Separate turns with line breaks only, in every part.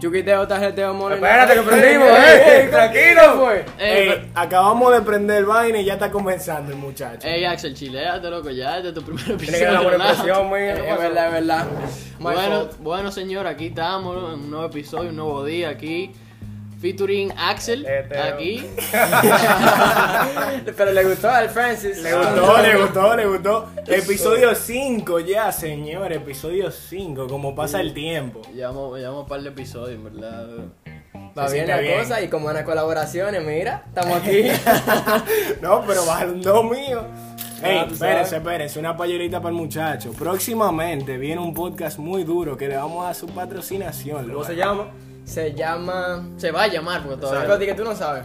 Chuquiteo, tarjeteo, moreno.
Espérate que prendimos, eh. Tranquilo.
fue?
Ey,
Ey,
pero-
Acabamos de prender el vaina y ya está comenzando el muchacho.
Eh,
Ey, Axel, chileate, loco, ya este es tu primer episodio.
Tiene que dar la buena
nada.
impresión,
eh,
mira.
Es verdad, es verdad. My
Bueno,
fault.
bueno, señor, aquí estamos ¿no? en un nuevo episodio, un nuevo día aquí. Featuring Axel,
Este,
aquí.
Pero le gustó al Francis.
Le gustó, le gustó, le gustó. Episodio 5 ya, señor. Episodio 5, como pasa el tiempo.
Llevamos, llevamos un par de episodios, en verdad.
Va
Se siente
bien la
bien.
cosa y como van las colaboraciones, mira, estamos aquí.
No, pero bajaron dos míos. Ey,
Ah, tú sabes.
espérense, espérense, una payerita para el muchacho. Próximamente viene un podcast muy duro que le vamos a su patrocinación.
¿Cómo
loco.
se llama? Se llama.
Se va a llamar porque
Pero
todavía.
di que tú no sabes.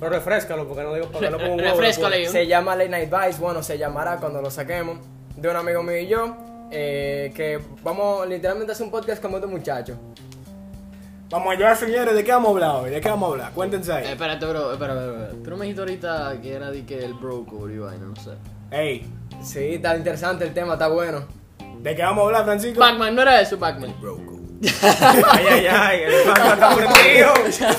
Pero refrescalo porque no digo porque no pongo un huevo.
Refrescale.
después.
Se llama Late Night Vice, bueno, se llamará cuando lo saquemos, de un amigo mío y yo, eh, que vamos literalmente a hacer un podcast como estos muchachos.
Vamos allá, señores, ¿de qué vamos a hablar hoy? ¿De qué vamos a hablar? Cuéntense
Eh,
ahí.
espérate, bro, espérate, espérate. Tú no me dijiste ahorita que era de que el broker y vaina, no sé.
Ey,
Sí, está interesante el tema, está bueno.
¿de qué vamos a hablar, Francisco?
Pac-Man, no era eso, Pac-Man.
Ay, ay, ay. El Pac-Man está prendido.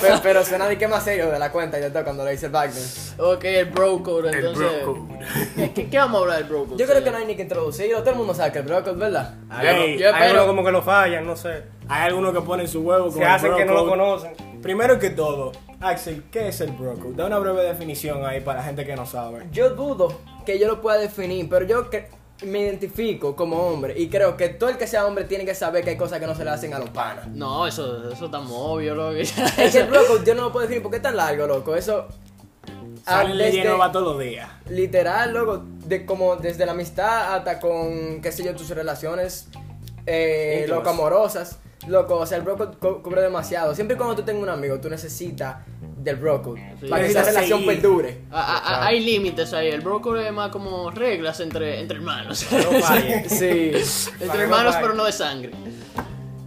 pero, pero suena de que más serio de la cuenta y de todo cuando lo dice el Biden.
Ok, el bro code, entonces. ¿Qué- ¿Qué, qué vamos a hablar del bro code?
Yo creo que no hay ni que introducirlo, todo el mundo sabe que el broco es verdad.
Ey,
yo-
Hay
espero-
uno como que lo fallan, no sé.
Hay algunos que ponen su huevo con
Se
el
hacen que no lo
bro code.
conocen.
Primero que todo, Axel, ¿qué es el bro code? Da una breve definición ahí para la gente que no sabe.
Yo dudo que yo lo pueda definir, pero yo cre- me identifico como hombre y creo que todo el que sea hombre tiene que saber que hay cosas que no se le hacen a los panas.
No, eso, eso está muy obvio, loco.
Es que el broco yo no lo puedo definir porque es tan largo, loco. Eso. ah,
Sale
este-
desde-
lleno va todos los días.
literal, loco, de como desde la amistad hasta con, qué sé yo, tus relaciones, eh,
Íntimas.
loco, amorosas. Loco, o sea, el broco co- cubre demasiado. Siempre y cuando tú tengas un amigo, tú necesitas del broco
Sí.
para que esa
Necesitas
relación
seguir.
perdure.
Ah, ah, ah, hay límites ahí. El bro code es más como reglas entre, entre hermanos.
No fallen.
Sí.
entre
Para
hermanos,
no
pero
fallar.
no de sangre.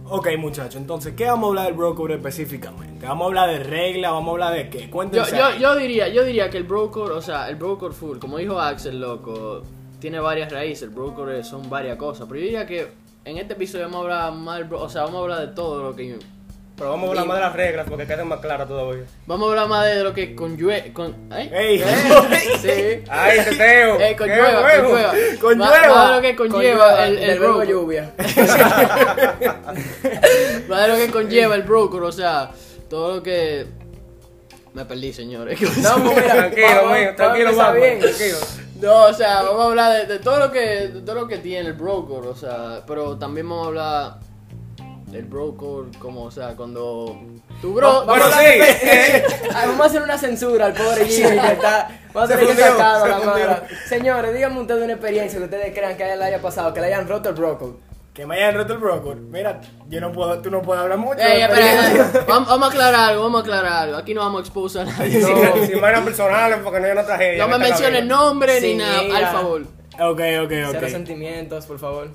Ok, muchachos, entonces, ¿qué vamos a hablar del bro code específicamente? ¿Vamos a hablar de regla? ¿Vamos a hablar de qué?
Yo,
Cuéntense.
yo,
ahí.
yo diría, yo diría que el broker, o sea, el broker full, como dijo Axel, loco, tiene varias raíces, el broker son varias cosas, pero yo diría que en este episodio vamos a hablar más, del bro- o sea, vamos a hablar de todo lo que
Pero vamos a hablar más de las reglas porque queden más claras todavía.
vamos a hablar más de lo que conllue, con, ¿ay?
Ey,
sí.
Ay, teteo.
Eh,
Qué
conlleva,
huevo.
conlleva.
Conlleva.
Más- más de lo que conlleva el, el
del verbo
broker.
lluvia.
Más de lo que conlleva el broker, o sea, todo lo que me perdí, señores.
No, pues mira,
Tranquilo,
vamos-
mío.
vamos a
Tranquilo,
empezar
vamos.
bien.
Tranquilo.
No, o sea, vamos a hablar de, de todo lo que de todo lo que tiene el broker, o sea, pero también vamos a hablar del broker como, o sea, cuando tu bro,
Bueno,
Vamos a
sí.
hablar
eh,
Ay, vamos a hacer una censura al pobre Jimmy que está. Vamos a
Se
tener que
fundió,
sacarlo a la
se fundió.
mano. Señores, díganme ustedes una experiencia que ustedes crean que a él le haya pasado, que le hayan roto el broco.
que me hayan roto el bro code. Mira, yo no puedo, tú no puedes hablar
Ey,
mucho. de
Eh, espera,
experiencia.
espera, vamos, vamos a aclarar algo, vamos a aclarar algo. Aquí no vamos a exposar a nadie.
No, sin vainas personales porque no hay una tragedia.
No me
Vete a la
menciones
vida.
nombre ni
Sí,
nada,
mira.
al favor.
Ok,
Cero
ok, ok.
sentimientos, por favor.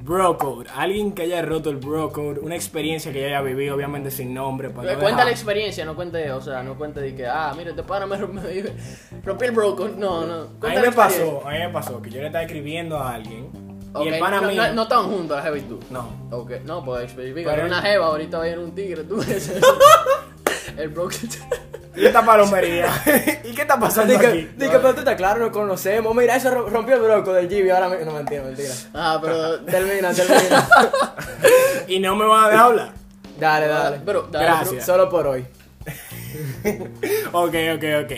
Bro code. Alguien que haya roto el bro code, una experiencia que ya haya vivido, obviamente sin nombre. para no
Cuenta
dejar-
la experiencia, no cuente, o sea, no cuente de que, ah, mira, este pana me rompió, rompí el broco. No, no.
A
cuenta
mí
la
me
experiencia.
pasó, a mí me pasó que yo le estaba escribiendo a alguien y
Ok,
el pana
no,
mío.
no, no estaban juntos, la Jeva y tú.
no.
Ok, no, pues especifica.
Pero-
Era una jeva, ahorita va a ir un tigre, tú ves. el broker.
¿Y esta palomería? ¿Y qué está pasando
Dije,
aquí?
dije, pero tú estás claro, nos conocemos. Mira, eso ro- rompió el broco del Jimmy. Ahora me... No, mentira, mentira.
Ah, pero.
Termina, termina.
Y no me van a dejar hablar.
Dale, dale.
Pero, dale,
Gracias.
Solo por hoy.
Ok, ok, ok.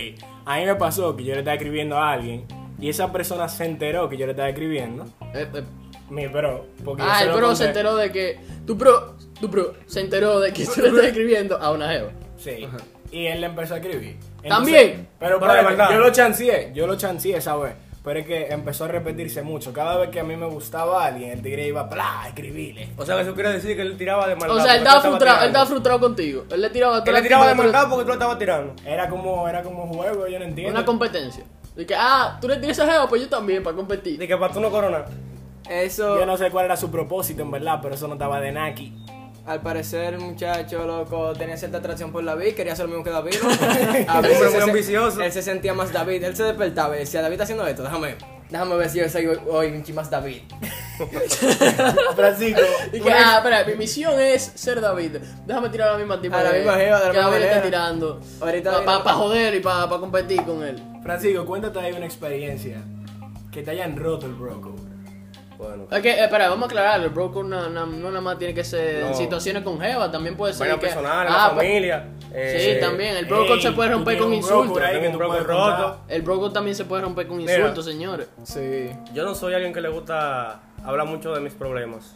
A mí me pasó que yo le estaba escribiendo a alguien y esa persona se enteró que yo le estaba escribiendo.
bro. Eh, eh,
Mi bro. Porque yo
Ah, el
lo
pro
conté.
se enteró de que. Tu bro, tu bro se enteró de que tú le estás escribiendo a una jeva.
Sí. Y él le empezó a escribir. Entonces-
También.
Pero,
Pero de
espérate,
verdad.
yo lo chanceé, yo lo chanceé esa vez. Pero es que empezó a repetirse mucho. Cada vez que a mí me gustaba a alguien, el tigre iba bla, a escribirle.
O sea, que eso quiere decir que él tiraba de maldad.
O sea, él
porque tú
estaba
estabas
frustrado, él
tirando.
estaba frustrado contigo. Él le tiraba a
Él
todas
le
las
tiraba de
chicas,
maldad porque tú lo estabas tirando.
Era como, era como juego, yo no
pero-
entiendo.
Una competencia. De que, ah, tú le tiras a jeva, pues yo también, para competir.
De que para tú no coronar.
Eso.
Yo no sé cuál era su propósito, en verdad, pero eso no estaba de Naki.
Al parecer, el muchacho loco tenía cierta atracción por David, quería hacer lo mismo que David. ¿no? A
Hombre muy
se-
ambicioso.
Él se sentía más David, él se despertaba y decía: David está haciendo esto, déjame, déjame ver si yo soy hoy un chi más David.
Francisco.
Y que,
una ex-
ah, espera, mi misión es ser David. Déjame tirar a la misma tipa
A la
que-
misma jeva, de la
que
misma
Abel está
manera.
tirando.
Ahorita
Para
viene-
joder y para competir con él.
Francisco, cuéntate ahí una experiencia que te hayan roto el broco.
Bueno.
Ok, eh, espera, vamos a aclarar, el broker no, no, no nada más tiene que ser en
No.
situaciones con Jeva, también puede ser
Vaina
que-
personal,
Ah,
la
pues-
familia.
Sí,
eh,
también, el broker
Ey,
se puede
tú
romper
tienes
con
un broker
insultos.
ahí que
Tengo
tú
un broker
puedes contar.
roto.
El broker también se puede romper con
Mira.
insultos, señores.
Sí.
Yo no soy alguien que le gusta hablar mucho de mis problemas,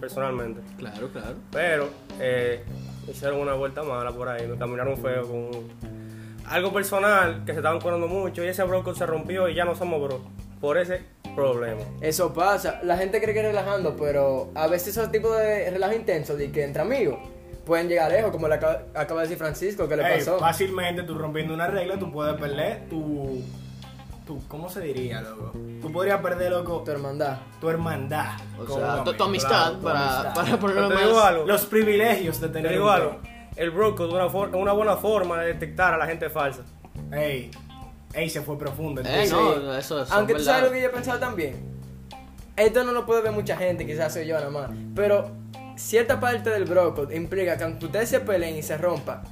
personalmente.
Claro, claro.
Pero eh, me hicieron una vuelta mala por ahí, me caminaron feo con un- algo personal que se estaban curando mucho y ese broco se rompió y ya no somos bro por ese problema.
Eso pasa. La gente cree que es relajando, pero a veces esos tipos de relajo intenso de que entre amigos pueden llegar lejos, como le acaba, acaba de decir Francisco, que le
Ey,
pasó.
Fácilmente tú rompiendo una regla, tú puedes perder tu. tu ¿Cómo se diría, loco? Tú podrías perder, loco,
Tu hermandad.
tu hermandad.
O
con
sea,
un
tu, tu
amigo.
amistad,
Claro, tu
para,
amistad.
para ponerlo
Pero te
más...
digo algo,
Los privilegios de
te
tener.
digo
un
algo,
broker.
el broco es una, for- una buena forma de detectar a la gente falsa.
Ey, ey, se fue profundo.
Eh,
entonces.
no, eso es
Aunque tú sabes
verdad.
lo que yo he pensado también. Esto no lo puede ver mucha gente, quizás soy yo nada más. Pero cierta parte del broco implica que aunque ustedes se peleen y se rompa,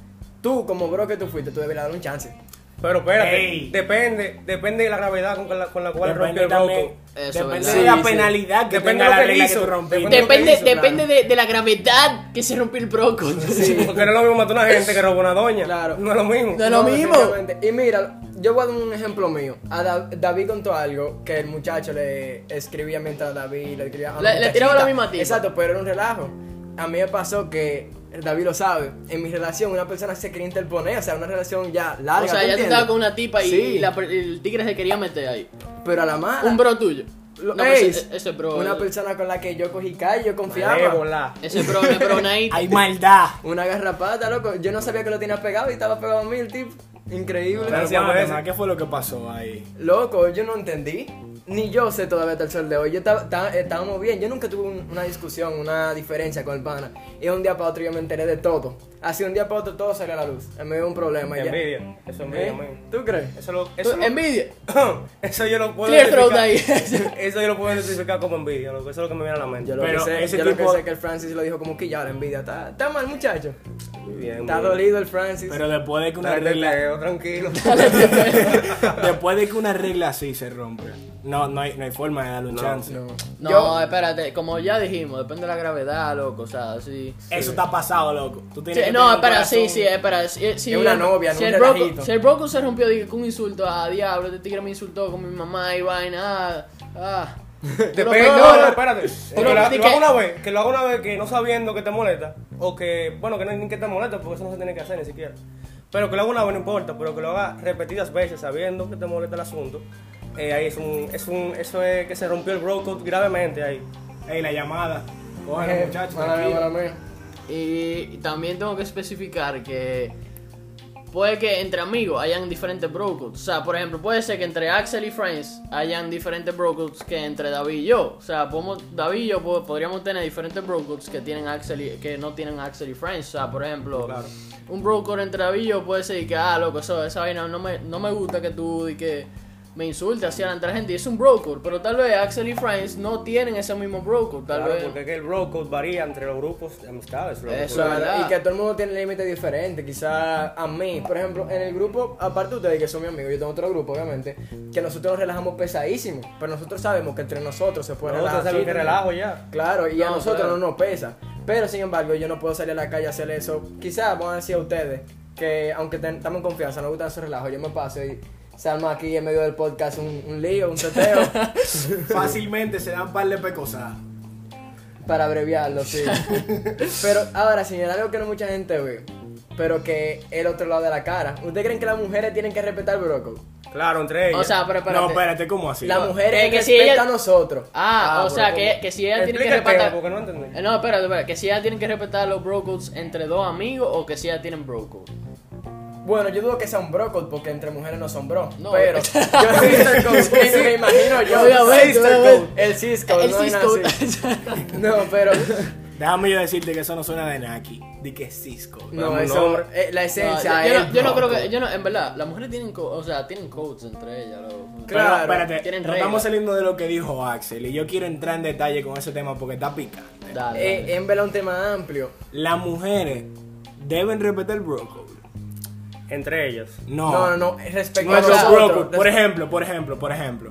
tú como bro que tú fuiste, tú debes dar un chance.
Pero espérate,
Ey.
depende, depende de la gravedad con la, con la cual
pues,
rompió
Depende,
el
también,
broco.
Eso,
depende
¿verdad?
de la
Sí, sí.
penalidad que tenga
Depende de lo
la
que
regla que
hizo.
tú rompiste.
Depende-
Depende,
Claro.
depende de, de la gravedad que se rompió el broco.
Porque no es lo mismo matar a una gente que robar una doña.
Claro.
No es lo mismo.
No es lo
No,
mismo.
definitivamente. Y mira, yo voy a dar un ejemplo mío. A Da- David contó algo que el muchacho le escribía mientras David le escribía. a una
Le- le
muchachita.
tiraba la misma tipa.
Exacto, pero era un relajo. A mí me pasó que David lo sabe. En mi relación, una persona se quería interponer, o sea, una relación ya larga.
o sea, ya tú
entiendes?
estabas con una tipa y,
Sí.
y la per- el tigre se quería meter ahí.
Pero a la mala.
Un bro tuyo.
Lo-
No, pero
Ey,
ese, ese bro.
Una persona con la que yo cogí calle, yo confiaba.
Malévola.
Ese bro, ese bro, Nate.
Hay maldad.
Una garrapata, loco. Yo no sabía que lo tenía pegado y estaba pegado a mí el tipo. Increíble.
Pero,
Gracias,
bueno,
jueces.
¿qué fue lo que pasó ahí?
Loco, yo no entendí. Ni yo sé todavía hasta el sol de hoy. Yo estaba- estaba- estábamos bien. Yo nunca tuve un- una discusión, una diferencia con el pana. Y de un día para otro yo me enteré de todo. Así de un día para otro todo salió a la luz. En medio de un problema. y ya.
Envidia. Eso es envidia,
¿Eh?
man.
¿Tú crees?
Eso lo,
Tú-
eso lo-
Envidia.
eso yo lo puedo
Clear throat
identificar- Eso yo lo puedo identificar como envidia, loco. Eso es lo que me viene a la mente.
Yo lo
Pero
que sé,
ese
yo lo
tipo-
que sé que el Francis lo dijo como que ya la envidia. Está, está mal, muchacho.
Muy bien,
Está
muy bien.
dolido el Francis.
Pero después de que una
Dale,
regla,
Leo, tranquilo.
después de que una regla así se rompe, no, no hay, no hay forma de darle un chance.
No.
No,
Yo-
espérate, como ya dijimos, depende de la gravedad, loco, o sea, sí.
Eso está pasado, loco. Tú
Sí,
tienes que
no,
tener un
espera, sí,
corazón.
sí, eh, espera. Si, si
Es una novia,
si
no un
el broco,
relajito.
si el broco se rompió dije, con un insulto, ah, diablo, este tigre me insultó con mi mamá y vaina, ah, ah.
Te
Lo
pega-
peor-
no, no, espérate.
Tú
Que
lo-
la-
di
lo
que-
hago una vez, que lo hago una vez que no sabiendo que te molesta, o que, bueno, que no hay ni que te molesta, porque eso no se tiene que hacer ni siquiera. Pero que lo haga una vez no importa, pero que lo haga repetidas veces sabiendo que te molesta el asunto, eh, ahí es un, es un, eso es que se rompió el broco gravemente ahí.
Ey, la llamada. Cógelo,
Eh,
muchachos.
mala mía, mala mía.
Y también tengo que especificar que puede que entre amigos hayan diferentes brocodes. O sea, por ejemplo, puede ser que entre Axel y Friends hayan diferentes brocodes que entre David y yo. O sea, podemos, David y yo po- podríamos tener diferentes brocodes que tienen Axel y- que no tienen Axel y Friends. O sea, por ejemplo,
Claro.
un brocode entre David y yo puede ser que, ah, loco, eso, esa vaina no me, no me gusta que tú y que me insultes hacia la otra gente. Y es un brocode, pero tal vez Axel y Friends no tienen ese mismo brocode. Tal
Claro,
vez.
porque es que el broco varía entre los grupos de amistades. loco.
Eso.
Claro,
¿verdad?
y que todo el mundo tiene límites diferentes. Quizás a mí, por ejemplo, en el grupo, aparte de ustedes que son mis amigos, yo tengo otro grupo, obviamente, que nosotros nos relajamos pesadísimo. Pero nosotros sabemos que entre nosotros se puede
Nosotros
relajar.
sabemos que
chiste.
relajo ya.
Claro, y a
No,
nosotros
claro.
no nos pesa. Pero sin embargo, yo no puedo salir a la calle a hacer eso. Quizás van a decir a ustedes que, aunque ten- estamos en confianza, nos gustan esos relajos, yo me paso y se arma aquí en medio del podcast un, un lío, un teteo,
Fácilmente se dan par de pecosas.
para abreviarlo, sí. pero ahora, señor, algo que no mucha gente ve, pero que el otro lado de la cara. ¿Ustedes creen que las mujeres tienen que respetar el broco?
Claro, entre ellos.
O sea, pero espérate.
No, espérate, ¿cómo así?
Las mujeres
Eh, que si
respetan
ella-
a nosotros.
Ah,
Ah,
o sea,
bro,
que, que si ella tiene que
Explica el tema,
respetar.
porque no entendí.
Eh, No, espérate, espérate. Que si ella tiene que respetar los bro codes entre dos amigos o que si ella tienen bro codes.
Bueno, yo dudo que sea un broco porque entre mujeres no son bro.
No.
Pero yo sister code, eso me imagino yo.
Obviamente,
Sister
obviamente.
code, El Cisco,
El
no hay nada
Cisco.
así. No, pero
Déjame yo decirte que eso no suena de Naki. Di que es Cisco.
No,
Vamos,
eso,
nombre.
eh, la esencia
No, yo, yo
es
no, yo no creo
loco.
pues.
que. Yo no, en verdad, las mujeres tienen, co- o sea, tienen codes entre ellas. loco.
Claro.
Pero, espérate,
tienen
nos
reglas.
estamos saliendo de lo que dijo Axel y yo quiero entrar en detalle con ese tema porque está picante.
Dale,
Eh,
dale.
en verdad un tema amplio.
Las mujeres deben respetar el bro code.
Entre ellos.
No.
No, no, no, respecto a
No, los
nosotros,
bro code. Por
res-
ejemplo, por ejemplo, por ejemplo.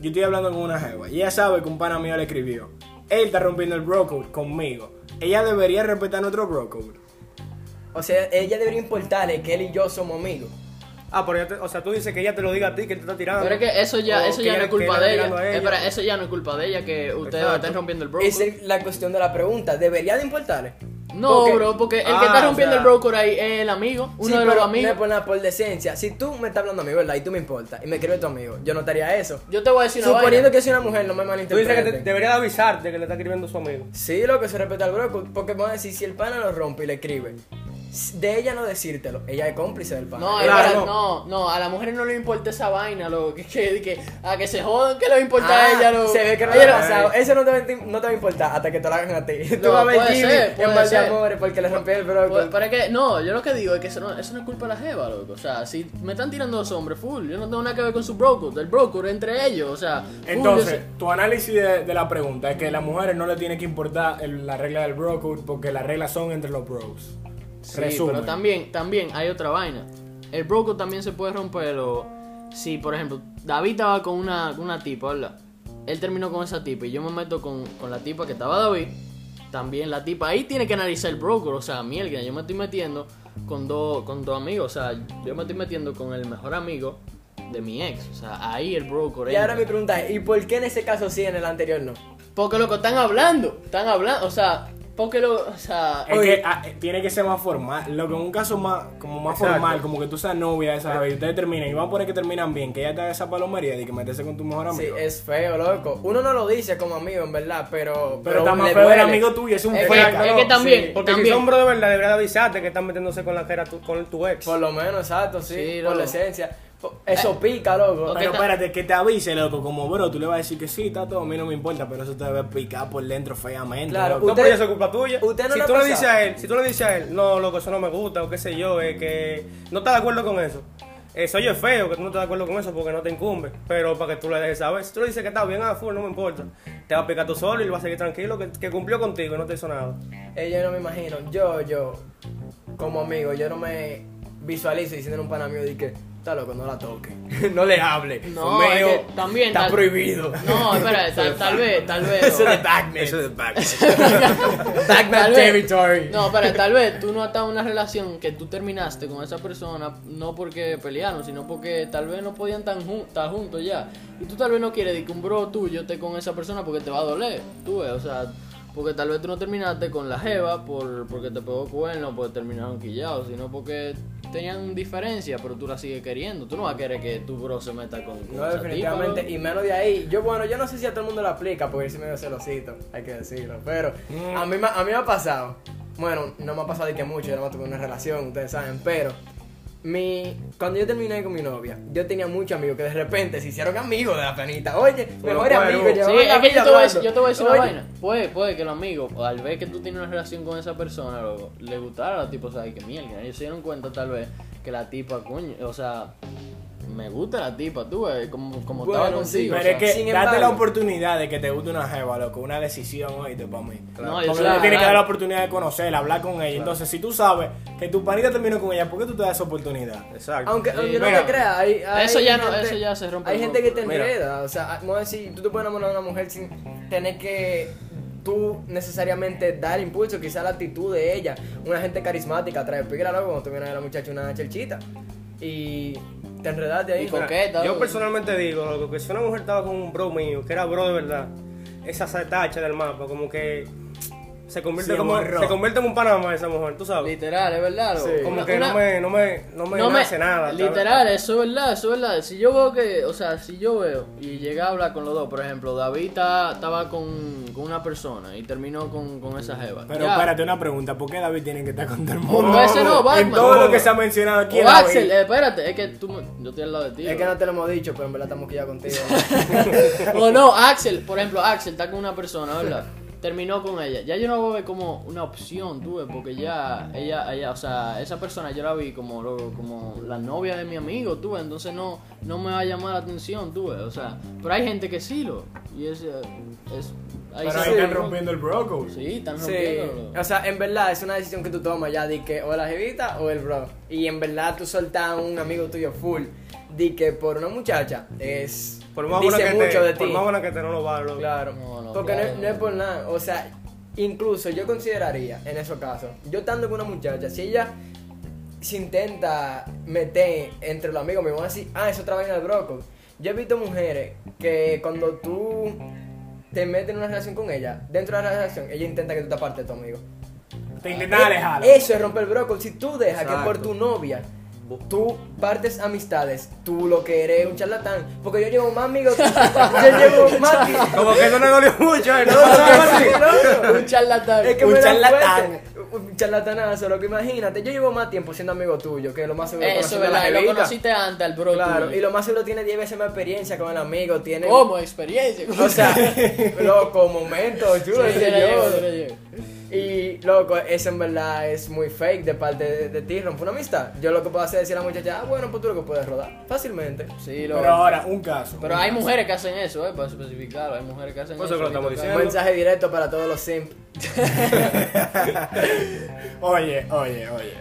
Yo estoy hablando con una jeva y ella sabe que un pana mío le escribió. Él está rompiendo el bro code conmigo. Ella debería respetar nuestro bro code.
O sea, ella debería importarle que él y yo somos amigos.
Ah, pero ya te- o sea, tú dices que ella te lo diga a ti, que te está tirando.
Pero es que eso
O
ya, eso
que
ya
ella-
no es
que
culpa
ella
de
está
ella.
tirando a
Eh, Espera, eso ya no es culpa de ella que ustedes
Exacto.
estén rompiendo el broker.
Esa es la cuestión de la pregunta. ¿Debería de importarle?
No,
Porque-
bro, porque el
Ah,
que está
o
rompiendo
sea-
el broker ahí es el amigo, uno
sí,
de
pero
los
no
amigos.
es por nada, por decencia. Si tú me estás hablando a mí, ¿verdad? Y tú me importas y me quieres tu amigo, yo no estaría eso.
Yo te voy a decir una
Suponiendo
vaina.
que soy una mujer, no me
Tú dices que
malinterpreten.
te- debería de avisarte que le está escribiendo a su amigo.
Sí, lo que se respeta al broco, porque vamos a decir, si el pana lo rompe y le escribe, s- de ella no decírtelo, ella es cómplice del pana.
No,
Ella-
Claro,
espera,
no.
no, no, a las mujeres no les importa esa vaina, lo que, que, que- a que se jodan, que les importa
Ah,
a ella, lo
Se ve que no
Oye,
le
lo-
ha pasado. Eso no te, va a intim- no te va a importar hasta que te lo hagan a ti. tú
No,
vas a ver
puede
Jimmy
ser, puede
en mal de
ser.
amores porque le rompió el broco.
Pues, pero es que, no, yo lo que digo es que eso no, eso no es culpa de la jeva, loco. O sea, si me están tirando los hombres, full, yo no tengo nada que ver con su broker, el broker entre ellos, o sea. full,
Entonces,
yo
tu análisis de, de la pregunta es que las mujeres no le tiene que importar el- la regla del bro code porque las reglas son entre los bros.
sé- sí,
Resumen.
pero también, también hay otra vaina. El broker también se puede romper, o si, por ejemplo, David estaba con una, con una tipa, ¿verdad? Él terminó con esa tipa y yo me meto con, con la tipa que estaba David. También la tipa ahí tiene que analizar el broker, o sea, mierda, yo me estoy metiendo con dos con dos amigos, o sea, yo me estoy metiendo con el mejor amigo de mi ex, o sea, ahí el broker.
y ahora mi pregunta es, ¿y por qué en ese caso sí, en el anterior no?
Porque loco, están hablando, están hablando, o sea, porque lo, o sea,
Es
Oye.
que ah, eh, tiene que ser más formal, lo que en un caso más como más
Exacto.
formal, como que tú seas novia de esa jeva y ustedes terminan y van a poner que terminan bien, que ella te haga esa palomería de que meterse con tu mejor
Sí,
amigo.
es feo, loco. Uno no lo dice como amigo, en verdad, pero...
pero está más
le
feo el
duele.
amigo tuyo, es un
es que,
feca.
es que también,
Porque si
también-
son bro de verdad, debería de avisarte que están metiéndose con la que era tu, con tu ex.
Por lo menos, exacto, sí,
Sí,
por
loco.
la esencia. Po- Eso pica, loco.
ok.
Pero
ta-
espérate, que te avise, loco, como bro, tú le vas a decir que sí, está todo, a mí no me importa, pero eso te debe picar por dentro feamente.
Claro,
loco.
No,
usted-
pero eso es culpa tuya.
usted no
si
le ha
tú le
pasado.
dices a él, si tú le dices a él, no, loco, eso no me gusta, o qué sé yo, es que no estás de acuerdo con eso. Eso oye feo, que tú no estás de acuerdo con eso porque no te incumbe. Pero para que tú le dejes saber, si tú le dices que está bien, ah, full, no me importa. Te va a picar tú solo y él va a seguir tranquilo, que, que cumplió contigo y no te hizo nada.
Eh, yo no me imagino, yo, yo, como amigo, yo no me visualizo diciendo a un pana mío de que, está loco, no la toque, no le hable,
No,
fumeo,
es que también
está
tal-
prohibido.
No, espera, tal, tal vez, tal vez.
Eso
no.
de Pac-Man.
Eso es de pack.
Pac-Man
Tal vez-
territory.
No, espera, tal vez tú no has estado en una relación que tú terminaste con esa persona, no porque pelearon, sino porque tal vez no podían tan jun- estar juntos ya. Y tú tal vez no quieres de que un bro tuyo esté con esa persona porque te va a doler, tú ves, o sea, porque tal vez tú no terminaste con la jeva por, porque te pegó cuerno, porque terminaron quillados, sino porque tenían diferencia, pero tú la sigues queriendo. Tú no vas a querer que tu bro se meta con, con
No,
esa tipa,
definitivamente,
¿no?
y menos de ahí. Yo, bueno, yo no sé si a todo el mundo lo aplica, porque si medio celosito, hay que decirlo. Pero
Mm.
a, mí, me- a mí me ha pasado. Bueno, no me ha pasado de que mucho, yo no tuve una relación, ustedes saben. Pero mi, cuando yo terminé con mi novia, yo tenía muchos amigos que de repente se hicieron amigos de la penita. Oye,
Pero
mejores
bueno.
amigos.
Sí,
llevaban la
es que yo
vida
te, voy a
hablando.
decir, yo te voy a decir una
Oye,
vaina. Puede, puede que el amigo, al ver que tú tienes una relación con esa persona, loco, le gustara a la tipa, o sea, y que mierda. Ellos se dieron cuenta tal vez que la tipa, coño, o sea, me gusta la tipa, tú, eh, como, como
Bueno,
estaba
sí,
contigo.
Pero
o sea.
es que date
sin
la
embargo-
oportunidad de que te guste una jeva, loco, una decisión, oíste, para mí.
No, yo
Porque
sé,
tú tienes que dar
claro.
la oportunidad de conocerla, hablar con ella. Entonces, si tú sabes que tu panita terminó con ella, ¿por qué tú te das esa oportunidad?
Exacto.
Aunque
Sí,
aunque no
mira,
te creas, hay, hay
eso ya no- eso ya se rompe
Hay
el
gente que te
grupo,
mira.
enreda, o sea, vamos a decir, tú te puedes enamorar de una mujer sin tener que tú necesariamente dar impulso, quizá la actitud de ella, una gente carismática, trae pila, loco, cuando tú vienes a la muchacha una chelchita y te enredaste ahí.
Y coqueta,
Yo
loco.
personalmente digo, loco, que si una mujer estaba con un bro mío, que era bro de verdad, esa se tacha del mapa, como que se convierte,
Se
como,
borró.
se convierte en un panamá esa mujer, tú sabes.
Literal, es verdad, loco.
Sí.
Como
Una-
que
una-
no me, no me, no me,
no me-
nace nada. ¿sabes?
Literal, eso es verdad, eso es verdad. Si yo veo que, o sea, si yo veo y llega a hablar con los dos, por ejemplo, David ta- estaba con, con una persona y terminó con, con esa jeva.
Pero
Ya.
espérate una pregunta, ¿por qué David tiene que estar con todo el mundo?
No, ese no, Batman.
En todo lo que se ha mencionado aquí,
O
David-
Axel, eh, espérate, es que tú, me- yo estoy al lado de ti.
Es que
bro.
no te lo hemos dicho, pero en verdad estamos aquí ya contigo.
O no, Axel, por ejemplo, Axel está con una persona, ¿verdad? terminó con ella. Ya yo no voy a ver como una opción, tuve, porque ya ella, ella, o sea, esa persona yo la vi como, lo- como la novia de mi amigo, tuve, entonces no, no me va a llamar la atención, tuve, o sea, pero hay gente que sí lo, y es, eh, es ahí
Pero
se
ahí
ve
están
el rock.
rompiendo el brócoli.
Sí, están
Sí,
rompiendo.
o sea, en verdad es una decisión que tú tomas ya de que o la jevita o el bro. Y en verdad tú soltas a un amigo tuyo full de que por una muchacha es
Por más buena
dice
que
mucho
te,
de
por
ti.
más buena que te no lo va a lograr.
Claro,
No, no,
porque no es-
claro.
no, es por nada, o sea, incluso yo consideraría en esos casos, yo estando con una muchacha, si ella se intenta meter entre los amigos, me van a decir, ah, es otra vaina del brócoli. Yo he visto mujeres que cuando tú te metes en una relación con ella, dentro de la relación, ella intenta que tú te apartes de tu amigo.
Te intentan alejar.
Eh, Eso es romper el brócoli. Si tú dejas que
Exacto.
por tu novia tú partes amistades, tú lo que eres un charlatán. Porque yo llevo más amigos que yo llevo más.
Como que eso no dolió mucho, ¿eh?
No, no, no, no, no.
Un charlatán.
Es que
Un
me da
charlatán.
fuerte. Un charlatanazo, lo que imagínate. Yo llevo más tiempo siendo amigo tuyo que lo más seguro.
Eso,
conociendo
¿verdad?
a la
Lo
jevita.
conociste antes, al bro.
Claro,
tuyo.
y lo más seguro tiene 10 veces más experiencia con el amigo. Tiene.
¿Cómo? Experiencia.
O sea, loco, momento,
Sí,
chulo.
sí,
qué
la
sé
llevo,
yo.
sí, la llevo.
Y loco, eso en verdad es muy fake de parte de, de ti, rompe una amistad. Yo lo que puedo hacer es decir a la muchacha, ah, bueno, pues tú lo que puedes rodar fácilmente.
Sí, lo-
Pero ahora, un caso.
Pero hay mujeres que hacen eso, eh, para especificarlo. Hay mujeres que hacen
Pues
eso.
eso que lo estamos
y tocan-
diciendo.
Un mensaje directo para todos los simp.
Oye, oye, oye.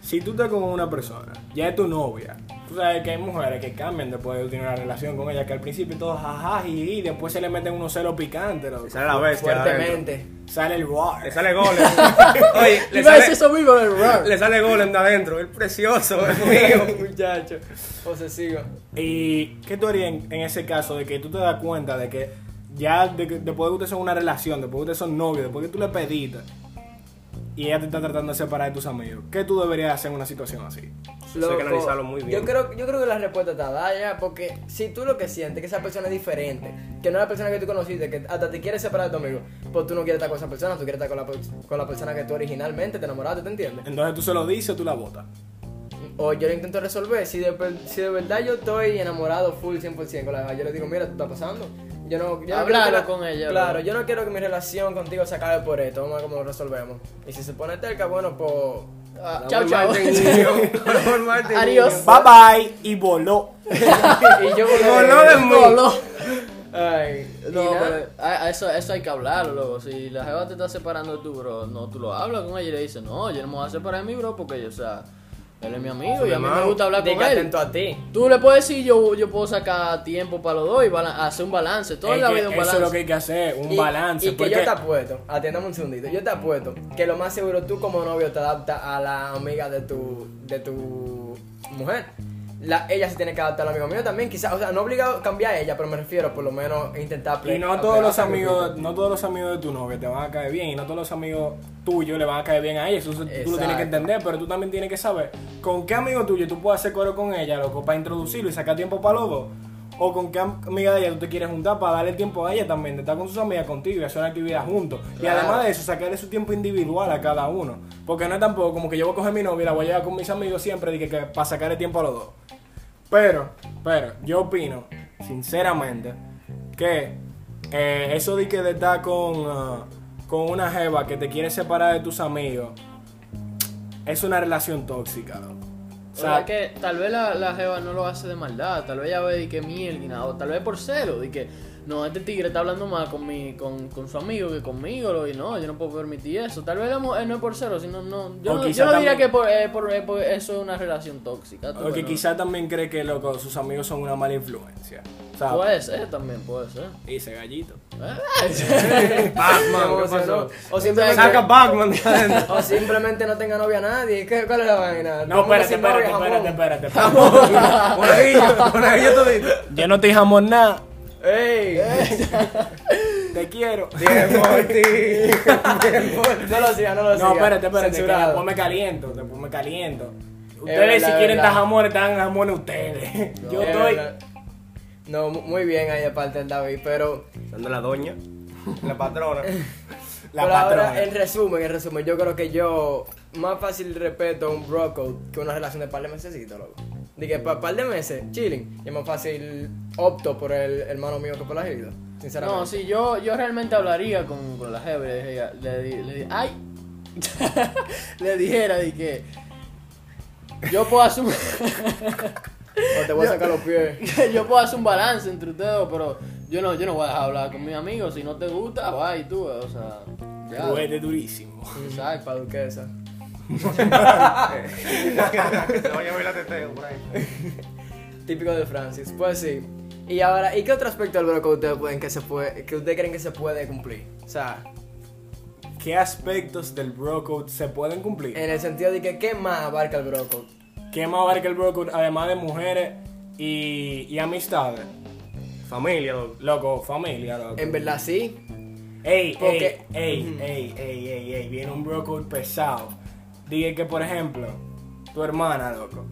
Si tú estás con una persona, ya es tu novia. Tú sabes que hay mujeres que cambian después de tener una relación con ella, que al principio todo jajaja y, después se le meten unos celos picantes. loco.
Le sale la bestia. adentro.
Fuertemente.
Sale el war.
Le sale golem. Oye, le
Iba a
sale,
decir eso mismo del rap.
le sale golem de adentro. Es precioso, es mío.
Muchacho, posesivo.
¿Y qué tú harías en, en ese caso de que tú te das cuenta de que ya de que- después de que ustedes son una relación, después de que ustedes son novios, después de que tú le pediste y ella te está tratando de separar de tus amigos, ¿qué tú deberías hacer en una situación así?
Eso hay que analizarlo muy bien.
Yo creo, yo creo que la respuesta está dada ya, porque si tú lo que sientes que esa persona es diferente, que no es la persona que tú conociste, que hasta te quieres separar de tu amigo, pues tú no quieres estar con esa persona, tú quieres estar con la, pe- con la persona que tú originalmente te enamoraste, ¿te entiendes?
Entonces tú se lo dices o tú la botas.
O yo lo intento resolver. Si de, per- si de verdad yo estoy enamorado full 100% con la jeva, yo le digo, mira, tú estás pasando. Yo no, yo no
Háblalo
quiero que
con ella,
Claro,
bro.
yo no quiero que mi relación contigo se acabe por esto. Vamos a ver cómo lo resolvemos. Y si se pone terca, bueno, pues.
Ah,
la
chao,
vuelva
chao.
al principio.
Adiós.
Bye bye y voló.
y yo
Voló de
No, no.
Ay, y
No,
nada.
pero a- a eso, eso hay que hablarlo, loco. Si la jeva te está separando de tu bro, no, tú lo hablas con ella y le dices, no, yo no me voy a separar de mi bro porque, yo, o sea, él es mi amigo y a mí me
hermano.
gusta hablar
Di
con
que
él.
atento a ti.
Tú le puedes decir, yo, yo puedo sacar tiempo para los dos y bala- hacer un balance. Toda
Es
la
que
vida un
eso
balance.
es lo que hay que hacer, un
Y-
balance.
Y que
porque
yo te apuesto, atiéndame un segundito, yo te apuesto que lo más seguro tú como novio te adaptas a la amiga de tu, de tu mujer. La- ella se tiene que adaptar al amigo mío también, quizás, o sea, no obligado a cambiar a ella, pero me refiero por lo menos intentar
y no todos los amigos, no todos los amigos de tu novia te van a caer bien, y no todos los amigos tuyos le van a caer bien a ella. Eso tú lo tienes
Exacto.
que entender, pero tú también tienes que saber con qué amigo tuyo tú puedes hacer coro con ella, loco, para introducirlo y sacar tiempo para los dos. O con qué am- amiga de ella tú te quieres juntar para darle tiempo a ella también, de estar con sus amigas contigo y hacer una actividad juntos. Y además de eso, sacarle su tiempo individual a cada uno. Porque no es tampoco como que yo voy a coger mi novia y la voy a llevar con mis amigos siempre dije que, que para sacarle tiempo a los dos. Pero, pero, yo opino, sinceramente, que eh, eso de que de estar con, ah, con una jeva que te quiere separar de tus amigos es una relación tóxica, loco. O
O
sea,
sea, que tal vez la, la jeva no lo hace de maldad, tal vez ella ve de que mierda, o tal vez por celo, de que no, este tigre está hablando más con, mi, con, con su amigo que conmigo, lo- y no, yo no puedo permitir eso. Tal vez la mujer eh, no es por celo, sino no. Yo,
O
no, yo
quizá
no diría
también-
que por, eh, por- eh, por eso es una relación tóxica. tú,
o que
pero-
quizás también cree que loco, sus amigos son una mala influencia. O sea,
Puede ser también, puede ser. Eh,
dice gallito.
Batman, ¿qué pasó?
O simplemente,
Saca Batman de adentro.
o simplemente no tenga novia nadie. ¿Qué, ¿Cuál es la
No,
vaina? Todo el mundo
espérate,
sin
espérate,
novia,
espérate,
jamón.
espérate, espérate.
Por ahí, por ahí yo te digo.
Yo no te dijamos nada,
Ey,
te quiero.
Bien por ti. Bien por ti.
no lo sigas, no lo sigas.
pues. No, espérate, espérate, que
Censurado.
después me caliento, después me caliento.
verdad,
Ustedes si quieren
verdad.
tan jamones, tan jamones ustedes. Yo
Es
estoy...
verdad. No, mu- muy bien ahí aparte del David, pero
Dando la doña, la patrona.
La
Pero ahora,
patrona.
en resumen, en resumen, yo creo que yo más fácil respeto un bro code que una relación de par de mesecitos, loco. Dije, para par de meses, chilling. Y es más fácil opto por el hermano mío que por la vida. Sinceramente.
No, sí, yo, yo realmente hablaría con, con la jefe, le, diría- le, di- le di- ¡ay! le dijera de que yo puedo hacer un,
O te voy a sacar los pies.
yo puedo hacer un balance entre ustedes, dos, pero yo no, yo no voy a dejar hablar con mis amigos, si no te gusta, va y tú, o sea, ya.
Duele durísimo.
Exacto.
Para duquesa.
Que te vaya a ver la teteo por ahí.
Típico de Francis. Pues sí. Y ahora, ¿y qué otro aspecto del bloque ustedes pueden que se puede, que ustedes creen que se puede cumplir? O sea,
¿Qué aspectos del bro code se pueden cumplir?
en el sentido de que ¿qué más abarca el broco?
¿Qué más abarca el bro code además de mujeres y, y amistades?
Familia, loco.
Loco, familia, loco.
En verdad sí.
Ey,
Eh, Porque-
ey, ey, ey, ey, ey, ey, viene un bro code pesado. Dije que, por ejemplo, tu hermana, loco.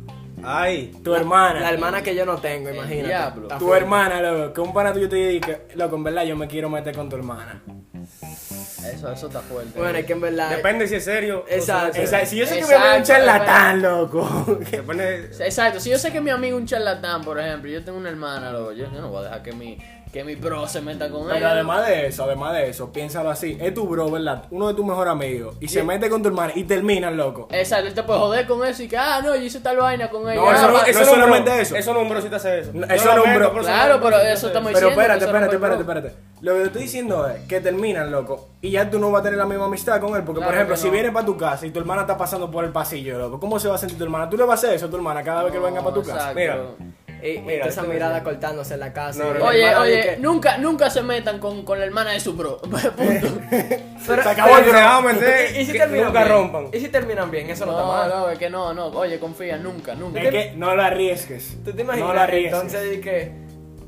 Ay.
Tu hermana.
La hermana que yo no tengo, imagínate.
diablo.
Está
Tu
fuerte.
hermana, loco. Que un pana tuyo te diga, que, loco, en verdad yo me quiero meter con tu hermana.
Eso, eso está fuerte.
Bueno, es que en verdad.
Depende si es serio. o si no es
Exacto.
serio.
Esa- si yo sé que me voy a un
Exacto,
charlatán, loco.
Depende.
Exacto, si yo sé que mi amigo es un charlatán, por ejemplo, yo tengo una hermana, loco, yo, yo no voy a dejar que mi, que mi pro se meta con
Pero
ella.
además de eso, además de eso, piénsalo así. Es tu bro, ¿verdad? Uno de tus mejores amigos. Y se mete con tu hermana y terminan, loco.
Exacto, él te puede joder con eso y que, ah, no, yo hice tal vaina con ella.
No, eso
Ah,
no-
va-
eso
es
no solamente eso.
Eso no es un bro si te hace eso.
No,
Yo
eso
lo
no es un
meto,
bro.
pero eso
Claro,
no es un
pero
bro si te
eso
hace
estamos-
Pero
diciendo que
espérate,
eso no
espérate,
fue el
espérate, espérate. Lo que te estoy diciendo es que terminan, loco. Y ya tú no vas a tener la misma amistad con él. Porque,
Claro
por ejemplo,
que
si
no.
vienes para tu casa y tu hermana está pasando por el pasillo, loco, ¿cómo se va a sentir tu hermana? Tú le vas a hacer eso a tu hermana cada vez que
no,
venga para tu casa.
exacto.
Mira.
Y, y
Mira,
esa
esto-
mirada cortándose en la casa.
No,
Y
no,
la
no.
Oye,
hermana
oye,
de que-
nunca, nunca se metan con, con la hermana de su bro. Punto.
Pero-
Se acabó el
Te
bro.
amo, te-
¿Y, y si
que
terminan
nunca
bien?
rompan.
¿Y si terminan bien? Eso no, está
No,
mal.
no, es que no, no. Oye, confía, nunca, nunca.
Es que no lo arriesgues.
¿Tú te imaginas?
No lo arriesgues.
entonces di que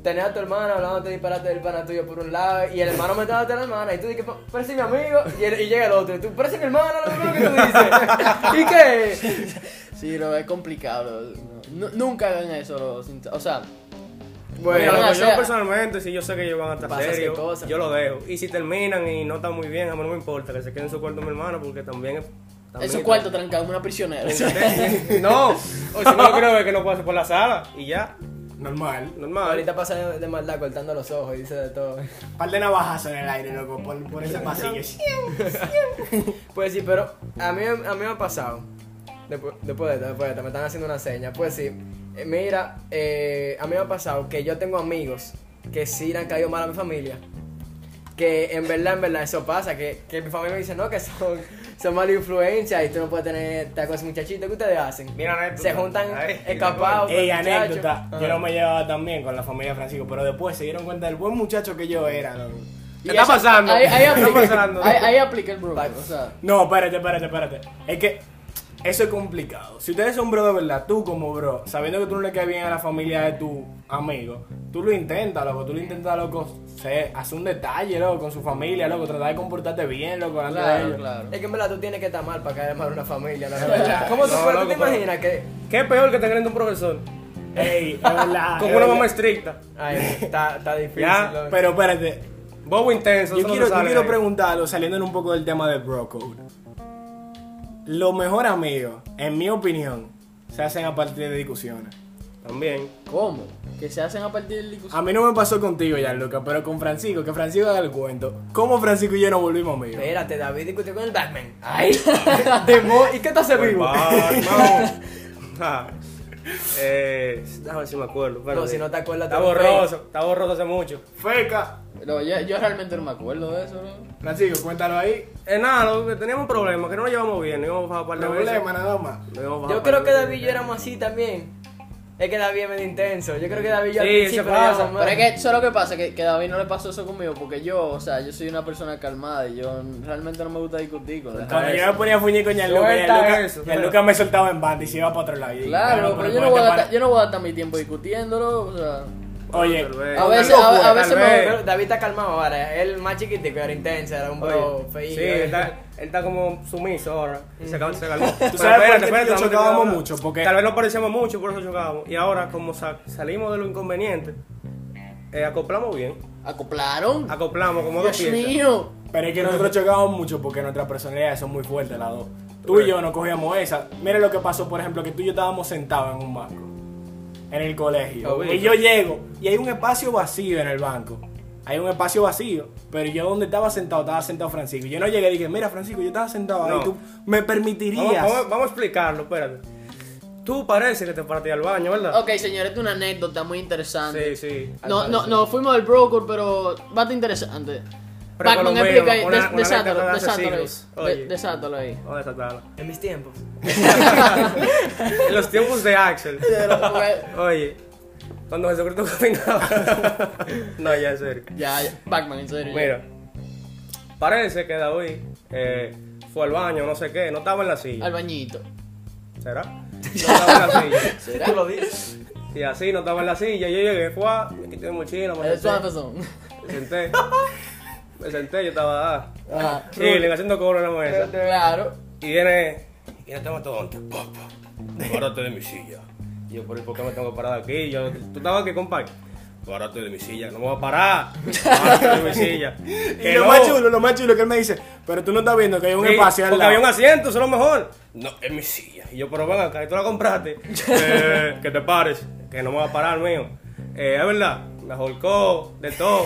tener a tu hermana hablando de disparate del pana tuyo por un lado y el hermano metiéndote a la hermana y tú dices, parece mi amigo y, el- y llega el otro y tú, parece mi hermana, lo mismo que tú dices. ¿Y qué?
Sí, lo es complicado. lo- no- nunca hagan eso. lo- sin- o sea,
Mira,
Bueno,
Pero,
loco,
o sea,
yo personalmente, si yo sé que ellos van a estar
Pues, pasa qué
serios,
cosa.
yo lo dejo. Y si terminan y no están muy bien, a mí no me importa que se queden en su cuarto mi hermano, porque también es. también
esos
es-
cuartos trancados, una prisionera.
no, o si no lo quiero ver, que no puedo hacer por la sala y ya,
Normal.
normal.
ahorita pasa de, de maldad cortando los ojos y dice de todo.
Par de navajas en el aire, loco, por, por ese pasillo.
Pues sí, pero a mí, a mí me ha pasado. Después, después de esto, después de esto, me están haciendo una seña. Pues sí, eh, mira, eh, a mí me ha pasado que yo tengo amigos que sí le han caído mal a mi familia. Que en verdad, en verdad, eso pasa. Que, que mi familia me dice, no, que son, son mala influencia y tú no puedes tener esta cosa, muchachito. ¿Qué ustedes hacen?
Mira, anécdota.
Se juntan
Ay,
escapados.
Ey,
con muchachos.
anécdota.
Ajá.
Yo no me llevaba tan bien con la familia Francisco, pero después se dieron cuenta del buen muchacho que yo era, loco.
Y
está
eso-
pasando?
Ahí, ahí
¿Qué está
aplica,
pasando?
ahí- ahí aplica el bro. O sea,
No, espérate, espérate, espérate. Es que eso es complicado. Si ustedes son bro de verdad, tú como bro, sabiendo que tú no le caes bien a la familia de tu amigo, tú lo intentas, loco. Tú lo intentas, loco, sé, hacer un detalle, loco, con su familia, loco. Tratar de comportarte bien, loco, delante de
claro,
ellos.
claro.
Es que en verdad tú tienes que estar mal para caer mal a una familia. la verdad. ¿Cómo tú,
No,
pero tú
loco,
te
pero-
imaginas que.?
¿Qué peor que tener un profesor?
Ey, es verdad.
Con
es
una
verdad.
mamá estricta,
Ay, está, está difícil.
Ya, pues.
loco.
Pero espérate,
bobo intenso.
yo
eso no
quiero,
se
yo
sale
quiero
de ahí.
preguntarlo, saliendo un poco del tema del bro code. Los mejores amigos, en mi opinión, se hacen a partir de discusiones.
También.
¿Cómo? Que se hacen a partir del discurso.
A mí no me pasó contigo ya, Luca, pero con Francisco, que Francisco haga el cuento. ¿Cómo Francisco y yo nos volvimos amigos?
Espérate, David discutió con el Batman. Ah, ¡Ay! Demo- ¿Y qué te hace vivo?
Batman. Pues, Ah, eh, déjame ver si me acuerdo. espérate.
si no te acuerdas,
Está
te lo
borroso, está borroso hace mucho.
Feca.
No, yo, yo realmente no me acuerdo de eso, bro.
Francisco, cuéntalo ahí.
Eh, nada, lo que teníamos un problema, que no nos llevamos bien, nos íbamos a bajar un par de veces.
Problema nada más.
Nos íbamos a bajar
Yo
un par
creo
de
que David y
veces.
yo éramos así también. Es que David es medio intenso. Yo creo que David y yo al
Sí,
principio
eso
no
pasa.
llevamos
Pero es
mal.
que eso es lo que pasa, que, que a David no le pasó eso conmigo, porque yo, o sea, yo soy una persona calmada y yo realmente no me gusta discutir con la gente.
Cuando yo me ponía a fuñir con Gianluca,
Suelta
Gianluca,
eso,
Gianluca me soltaba en banda y se iba para otro lado. Y-
Claro,
Bueno,
pero yo no,
este
voy a
pana-
gastar, yo no voy a gastar mi tiempo discutiéndolo, o sea...
Oye,
Tal vez.
a veces-
una locura.
a veces
Tal
me-
vez.
Pero David está calmado ahora. Él más chiquitico, era intenso, era un bro
Oye,
feíto.
Sí, él está, él está como sumiso ahora.
Mm.
Y se acabó, se calmó. Pero
sabes por qué tú y yo
vamos a
chocábamos
hablar.
mucho? Porque-
Tal vez no parecíamos mucho, por eso chocábamos. Y ahora, como sa- salimos de lo inconveniente, eh, acoplamos bien.
¿Acoplaron?
Acoplamos como dos
¡Dios
piezas.
mío!
Pero es que nosotros chocábamos mucho porque nuestras personalidades son muy fuertes las dos. Tú y yo no cogíamos esa. Mira lo que pasó, por ejemplo, que tú y yo estábamos sentados en un banco. en el colegio.
Obvio.
Y yo llego y hay un espacio vacío en el banco. Hay un espacio vacío, pero yo donde estaba sentado, estaba sentado Francisco. Yo no llegué y dije, mira Francisco, yo estaba sentado ahí,
No.
tú me
Vamos,
permitirías.
vamos- vamos a explicarlo, espérate. Tú parece que te partí al baño, ¿verdad?
Ok, señores, esta es una anécdota muy interesante.
Sí, sí.
No, no, no, fuimos del broker, pero bastante interesante.
Pero
Pacman,
colombiano,
explica ahí,
una-
des-
una
desátalo,
anécdota de hace
desátalo ahí.
siglos.
De-
Oye.
Desátalo ahí.
Vamos a desatarla.
En mis tiempos.
En los tiempos de Axel.
Pero,
Oye, cuando Jesucristo caminaba. no, ya es serio.
Ya, ya. Pac-Man, en serio.
Mira, parece que David eh, fue al baño, no sé qué, no estaba en la silla.
Al bañito.
¿Será? No estaba en la silla.
¿Será?
Tú lo dices.
Y así no estaba en la silla. Yo llegué, fue, "Ah, me quité mi mochila, me
Es tu
senté.
Amazon.
Me senté, me senté yo estaba ah,
Ah,
chilling, haciendo cobro en la mesa.
Claro.
Y viene. Y no estaba todo antes. Papá, párate de mi silla. Y yo, pero ¿por qué me tengo que parar de aquí? Yo, ¿Tú estabas aquí, compadre? Párate de mi silla, no me voy a parar. Párate de mi silla.
Y lo más chulo, lo más chulo que él me dice, pero tú no estás viendo que hay un
Sí,
espacio al
porque
lado.
había un asiento, eso es lo mejor. No, es mi silla. Y yo, pero ven acá, y tú la compraste. Eh, que te pares, que no me va a parar, mío. Eh, es verdad, me jolcó, de todo.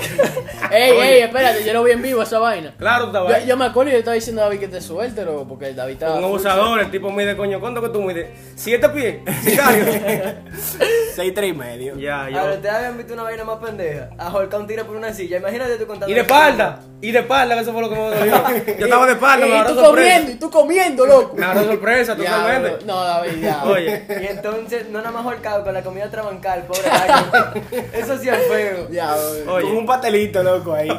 Ey,
Oye.
ey, espérate, yo lo vi en vivo esa vaina.
Claro, tú estabas
Yo,
ahí.
yo me acuerdo y yo estaba diciendo a David que te suelte, loco, porque el David estaba.
Un abusador, el tipo mide, coño, ¿cuánto que tú mides? ¿Siete pies? ¿Sicario?
Seis, tres y medio.
ya, yo.
Ahora, ustedes habían visto una vaina más pendeja. A Jorka un tiro por una silla. Imagínate tú contando.
Y de espalda, y de espalda, que eso fue lo que me dolió. Yo estaba de espalda,
Y,
me
y
agarró
tú
sorpresa.
comiendo, y tú comiendo, loco.
Me agarró sorpresa,
Diablo.
totalmente.
No, David, ya.
Oye,
Y entonces, no nada más Jorka con la comida trabancal, pobre gallo. Eso sí es feo.
Diablo.
Con un
oye.
pastelito, loco, ahí.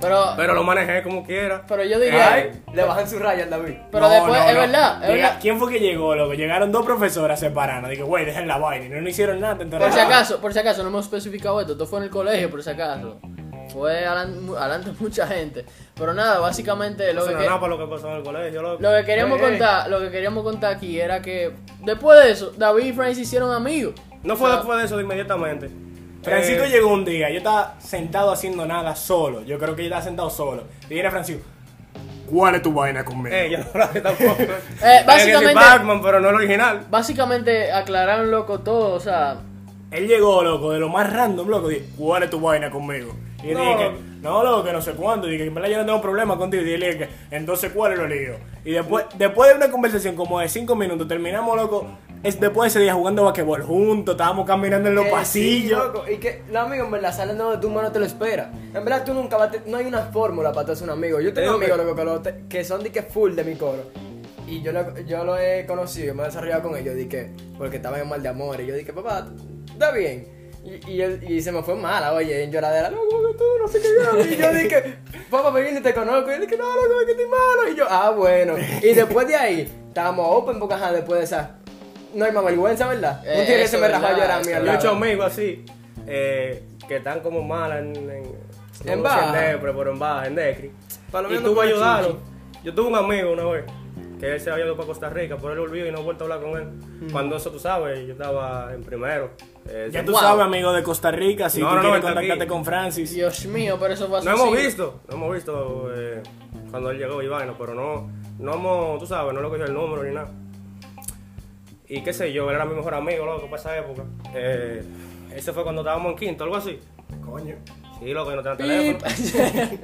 Pero,
Pero lo manejé como quiera.
pero yo diría.
Ay, le bajan su raya al David.
Pero
No,
después,
no,
es
no.
verdad, es
Llega-
verdad.
¿Quién fue que llegó, loco? Llegaron dos profesoras separadas. Dije, güey, dejen la vaina. Y no, no hicieron nada.
Por
entonces-
si acaso, por si acaso, no hemos especificado esto, esto fue en el colegio, por si acaso. Fue alan- mu- adelante mucha gente. Pero nada, básicamente lo
Eso
que,
no es nada Eh. para lo que pasó en el colegio, loco.
lo que queríamos
Ey, ey.
contar, lo que queríamos contar aquí era que después de eso, David y Francis hicieron amigos.
No fue
O sea,
después de eso de inmediatamente.
Francisco
Eh,
llegó un día, yo estaba sentado haciendo nada solo. Yo creo que yo estaba sentado solo. Y viene Francisco, ¿cuál es tu vaina conmigo?
eh, yo no lo hago tampoco.
básicamente-
Batman, pero no el original.
Básicamente aclararon loco todo, o sea,
Él llegó, loco, de lo más random, loco. Dije, ¿cuál es tu vaina conmigo? Y
No.
dije, no, loco, que no sé cuándo. Dije, en verdad yo no tengo problema contigo. Y dije, que, entonces, ¿cuál es lo lío? Y después, después de una conversación como de cinco minutos, terminamos, loco. Es después de ese día jugando basquetbol juntos, estábamos caminando en los
Eh,
pasillos.
sí, loco. Y que los amigos en verdad salen donde tu mano te lo espera. En verdad tú nunca vas a te- No hay una fórmula para tú hacer un amigo. Yo tengo
Digo
amigos
que-
loco, que, lo te- que son de que full de mi coro. Y yo lo, yo lo he conocido, me he desarrollado con ellos. Dije, porque estaba en mal de amor. Y yo dije, papá, está bien. Y, y, él- y se me fue mala, oye, en lloradera, loco, que tú, no sé qué yo. Y yo dije, papá, me vine y te conozco. Y él dije, no, loco, es que estoy malo. Y yo, ah, bueno. Y después de ahí, estábamos open, porque ajá, después de esa. No hay más vergüenza, ¿verdad?
Eh,
Un tigre
eso
se me
es
rajó a
verdad,
llorar a
eso
mí
es
al lado.
Muchos amigos así, eh, que están como malas en. En, no
En
sé,
baja.
depre, pero en baja, en Decri.
Para lo
Y
menos
tuve a
con
ayudarlo. Yo tuve un amigo una vez, que él se había ido para Costa Rica, pero él volvió y no he vuelto a hablar con él. Cuando eso tú sabes, yo estaba en primero. Eh,
Ya tú
Wow.
sabes, amigo de Costa Rica, si
No,
tú
no, no,
quieres
está
contactarte
aquí.
con Francis.
Dios mío, pero eso fue
No
así.
hemos visto, no hemos visto eh, cuando él llegó Iván, pero no, no hemos, tú sabes, no le cogió el número ni nada. Y qué sé yo, él era mi mejor amigo, loco, para esa época. Eh, ese fue cuando estábamos en quinto, algo así.
Coño.
Sí, loco, yo no tenía
Pip.
teléfono.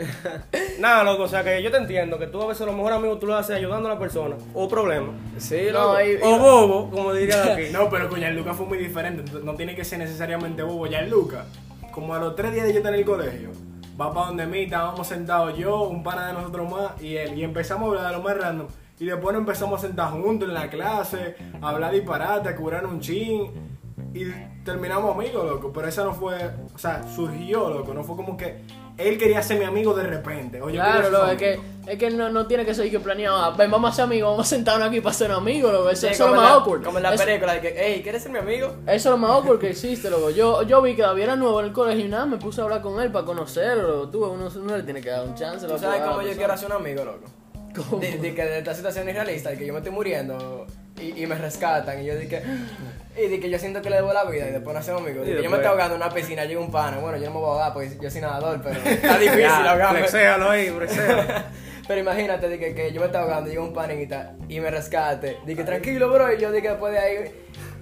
Nada, loco, o sea que yo te entiendo que tú a veces los mejores amigos tú lo haces ayudando a la persona, o problema,
Sí,
No,
loco.
ahí-
o bobo, como dirían aquí.
No, pero con Gianluca fue muy diferente. entonces No tiene que ser necesariamente bobo. Gianluca, como a los tres días de yo estar en el colegio, va para donde mí, estábamos sentados yo, un pana de nosotros más y él. Y empezamos a hablar de lo más random. Y después nos empezamos a sentar juntos en la clase, a hablar disparate, a curar un chin. Y terminamos amigos, loco. Pero esa no fue. O sea, surgió, loco. No fue como que él quería ser mi amigo de repente. Oye,
Claro, loco, es que, es que no, no tiene que ser que planeado. ah, Ven, vamos a ser amigos, vamos a sentarnos aquí para ser amigos, loco. Eso, eso
Sí,
es lo
como
más
en la-
awkward.
Como en la
Eso-
película de que, hey, ¿quieres ser mi amigo?
Eso es lo más awkward que existe, loco. Yo, yo vi que David era nuevo en el colegio y nada, me puse a hablar con él para conocerlo. loco. Tú, uno, uno le tiene que dar un chance,
Tú
loco, ah,
sabes
a la
cómo yo
persona.
quiero hacer un amigo, loco.
¿Cómo?
De, de que de esta situación irrealista, de que yo me estoy muriendo y, y me rescatan. Y yo dije, y de que yo siento que le debo la vida y después no hacemos amigos.
Y
De que yo
después-
me estoy ahogando en una piscina, llega un pana. Bueno, yo no me voy a ahogar porque yo soy nadador, pero está difícil
Ya,
ahogarme.
flexéalo ahí, flexéalo.
Pero imagínate, de que, que yo me estaba ahogando, llega un panita y me rescate. Dije, tranquilo, bro. Y yo dije, después de ahí,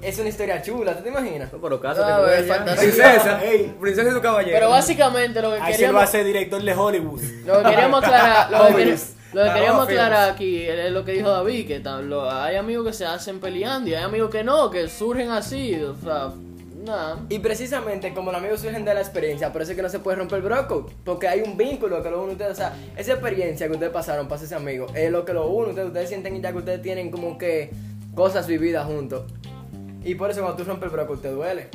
es una historia chula, ¿tú te imaginas?
No, pero cásate,
Ah,
que
bueno,
voy
ya
a
está.
fantasía.
Princesa,
Ey.
princesa y su caballero.
Pero básicamente lo que
Ahí se va a
queríamos,
ser director de Hollywood.
lo que queríamos aclarar, lo que, queríamos- lo que
Ah,
queríamos
obvious.
aclarar aquí es lo que dijo David, que tan- lo- hay amigos que se hacen peleando y hay amigos que no, que surgen así, o sea, nada.
Y precisamente como los amigos surgen de la experiencia, por eso es que no se puede romper el broco, porque hay un vínculo que lo une ustedes, o sea, esa experiencia que ustedes pasaron, pasa ese amigo, es lo que lo une ustedes, ustedes sienten ya que ustedes tienen como que cosas vividas juntos. Y por eso cuando tú rompes el broco te duele.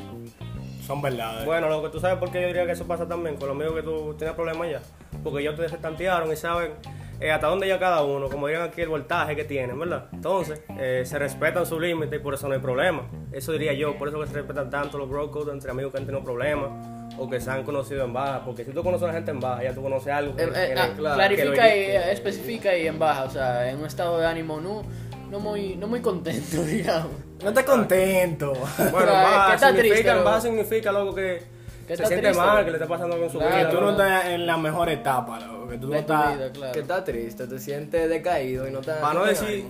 Son verdades.
Bueno, lo que tú sabes por qué yo diría que eso pasa también con los amigos que tú tienes problemas ya. Porque ellos te tantearon y saben eh, hasta dónde llega cada uno, como dirían aquí el voltaje que tienen, ¿verdad? Entonces, eh, se respetan su límite y por eso no hay problema. Eso diría yo, por eso que se respetan tanto los bro codes entre amigos que han tenido problemas o que se han conocido en baja. Porque si tú conoces a la gente en baja, ya tú conoces algo. que-
Eh, eh,
que-
ah,
que lo-
clarifica y
que-
eh, especifica y en baja, o sea, en un estado de ánimo no, no muy, no muy contento, digamos.
No estás contento.
Bueno,
O sea, que
baja
está
significa,
triste,
en baja
loco.
significa algo que,
Que
se
está
siente
triste,
mal,
loco.
que le está pasando con su
Claro.
Que
vida.
tú no estás en la mejor etapa, loco. Que tú no
De tu
estás.
vida, claro.
Que está triste, te sientes decaído y no te
Para no
te
decir,
ánimo.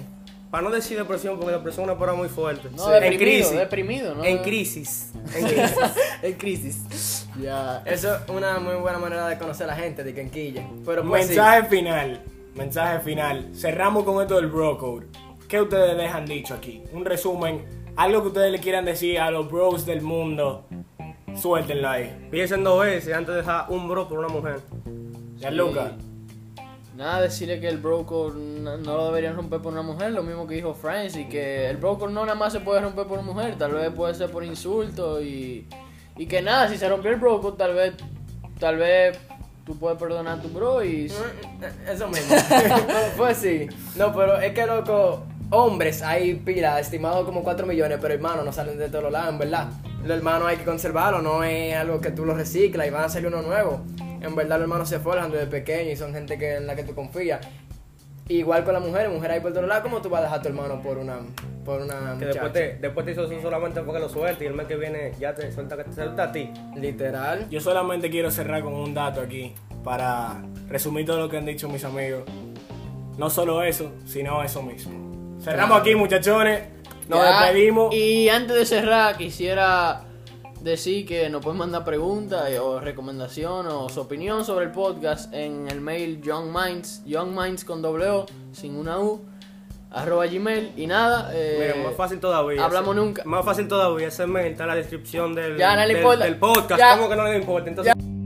para no decir depresión, porque depresión es una palabra muy fuerte.
No,
Sí. en
deprimido,
crisis.
deprimido, ¿no?
En crisis. En crisis. en crisis.
Ya.
Eso es una muy buena manera de conocer a la gente, de que enquilla. Pero pues sí.
Mensaje final. Mensaje final. Cerramos con esto del bro code. ¿Qué ustedes dejan dicho aquí? Un resumen. Algo que ustedes le quieran decir a los bros del mundo. Suéltenlo ahí.
Piensen dos veces antes de dejar un bro por una mujer.
Ya, Lucas.
Nada, decirle que el broker no no lo deberían romper por una mujer, lo mismo que dijo Francis, que el broker no nada más se puede romper por una mujer, tal vez puede ser por insulto y, y que nada, si se rompió el broker, tal vez, tal vez tú puedes perdonar a tu bro y...
Eso mismo. Pues- pues sí. No, pero es que loco, hombres hay pila, estimado como 4 millones, pero hermanos no salen de todos los lados, en verdad. Los hermanos hay que conservarlo, no es algo que tú lo reciclas y van a salir uno nuevo. En verdad los hermanos se forjan desde pequeños y son gente que, en la que tú confías. Igual con la mujer, mujer hay por todos lados, ¿cómo tú vas a dejar a tu hermano por una por una muchacha?
Que después te, después te hizo eso solamente porque lo suelta y el mes que viene ya te suelta, te suelta a ti.
Literal.
Yo solamente quiero cerrar con un dato aquí para resumir todo lo que han dicho mis amigos. No solo eso, sino eso mismo. Cerramos aquí, muchachones. Nos
Ya,
despedimos.
Y antes de cerrar, quisiera decir que nos pueden mandar preguntas eh, o recomendaciones o su opinión sobre el podcast en el mail Young Minds, Young Minds con doble O, sin una U, arroba gmail y nada. eh,
Mira, más fácil todavía.
hablamos
Ese-
nunca.
Más fácil todavía. Ese mail está en la descripción del,
Ya, no le
del,
importa.
del podcast.
Ya.
¿Cómo que no le importa? Entonces.